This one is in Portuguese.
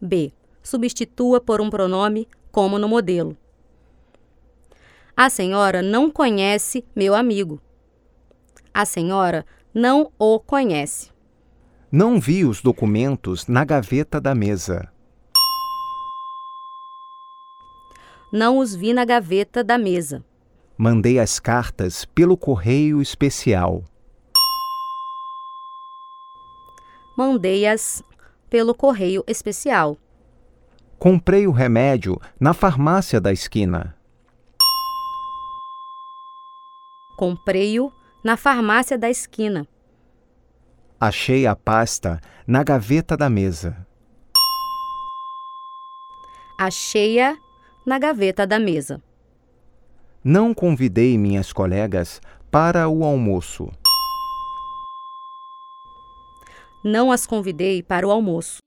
B. Substitua por um pronome, como no modelo. A senhora não conhece meu amigo. A senhora não o conhece. Não vi os documentos na gaveta da mesa. Não os vi na gaveta da mesa. Mandei as cartas pelo correio especial. Mandei-as pelo correio especial. Comprei o remédio na farmácia da esquina. Comprei-o na farmácia da esquina. Achei a pasta na gaveta da mesa. Achei-a na gaveta da mesa. Não convidei minhas colegas para o almoço. Não as convidei para o almoço.